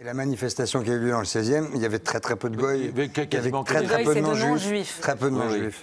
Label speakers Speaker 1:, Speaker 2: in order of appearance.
Speaker 1: Et la manifestation qui a eu lieu dans le 16e, il y avait très très peu de Goy.
Speaker 2: Il y avait
Speaker 1: Il y avait
Speaker 2: quasiment
Speaker 1: très
Speaker 2: que des-
Speaker 1: très peu
Speaker 3: Goy, c'est
Speaker 1: de
Speaker 3: de
Speaker 1: non-juifs.
Speaker 3: non-juifs.
Speaker 1: Très peu de
Speaker 2: Oui, oui.
Speaker 1: non-juifs.